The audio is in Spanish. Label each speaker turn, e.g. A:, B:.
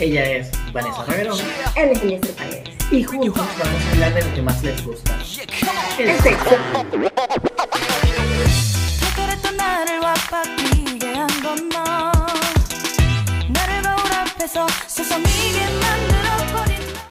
A: Ella es Vanessa Reverón
B: Él es Eliezer Paredes.
A: y juntos vamos a hablar de lo que más les gusta.
B: El sexo.
C: 그랬던 나를 와빠끼게 한 건너 나를 거울 앞에서 세상이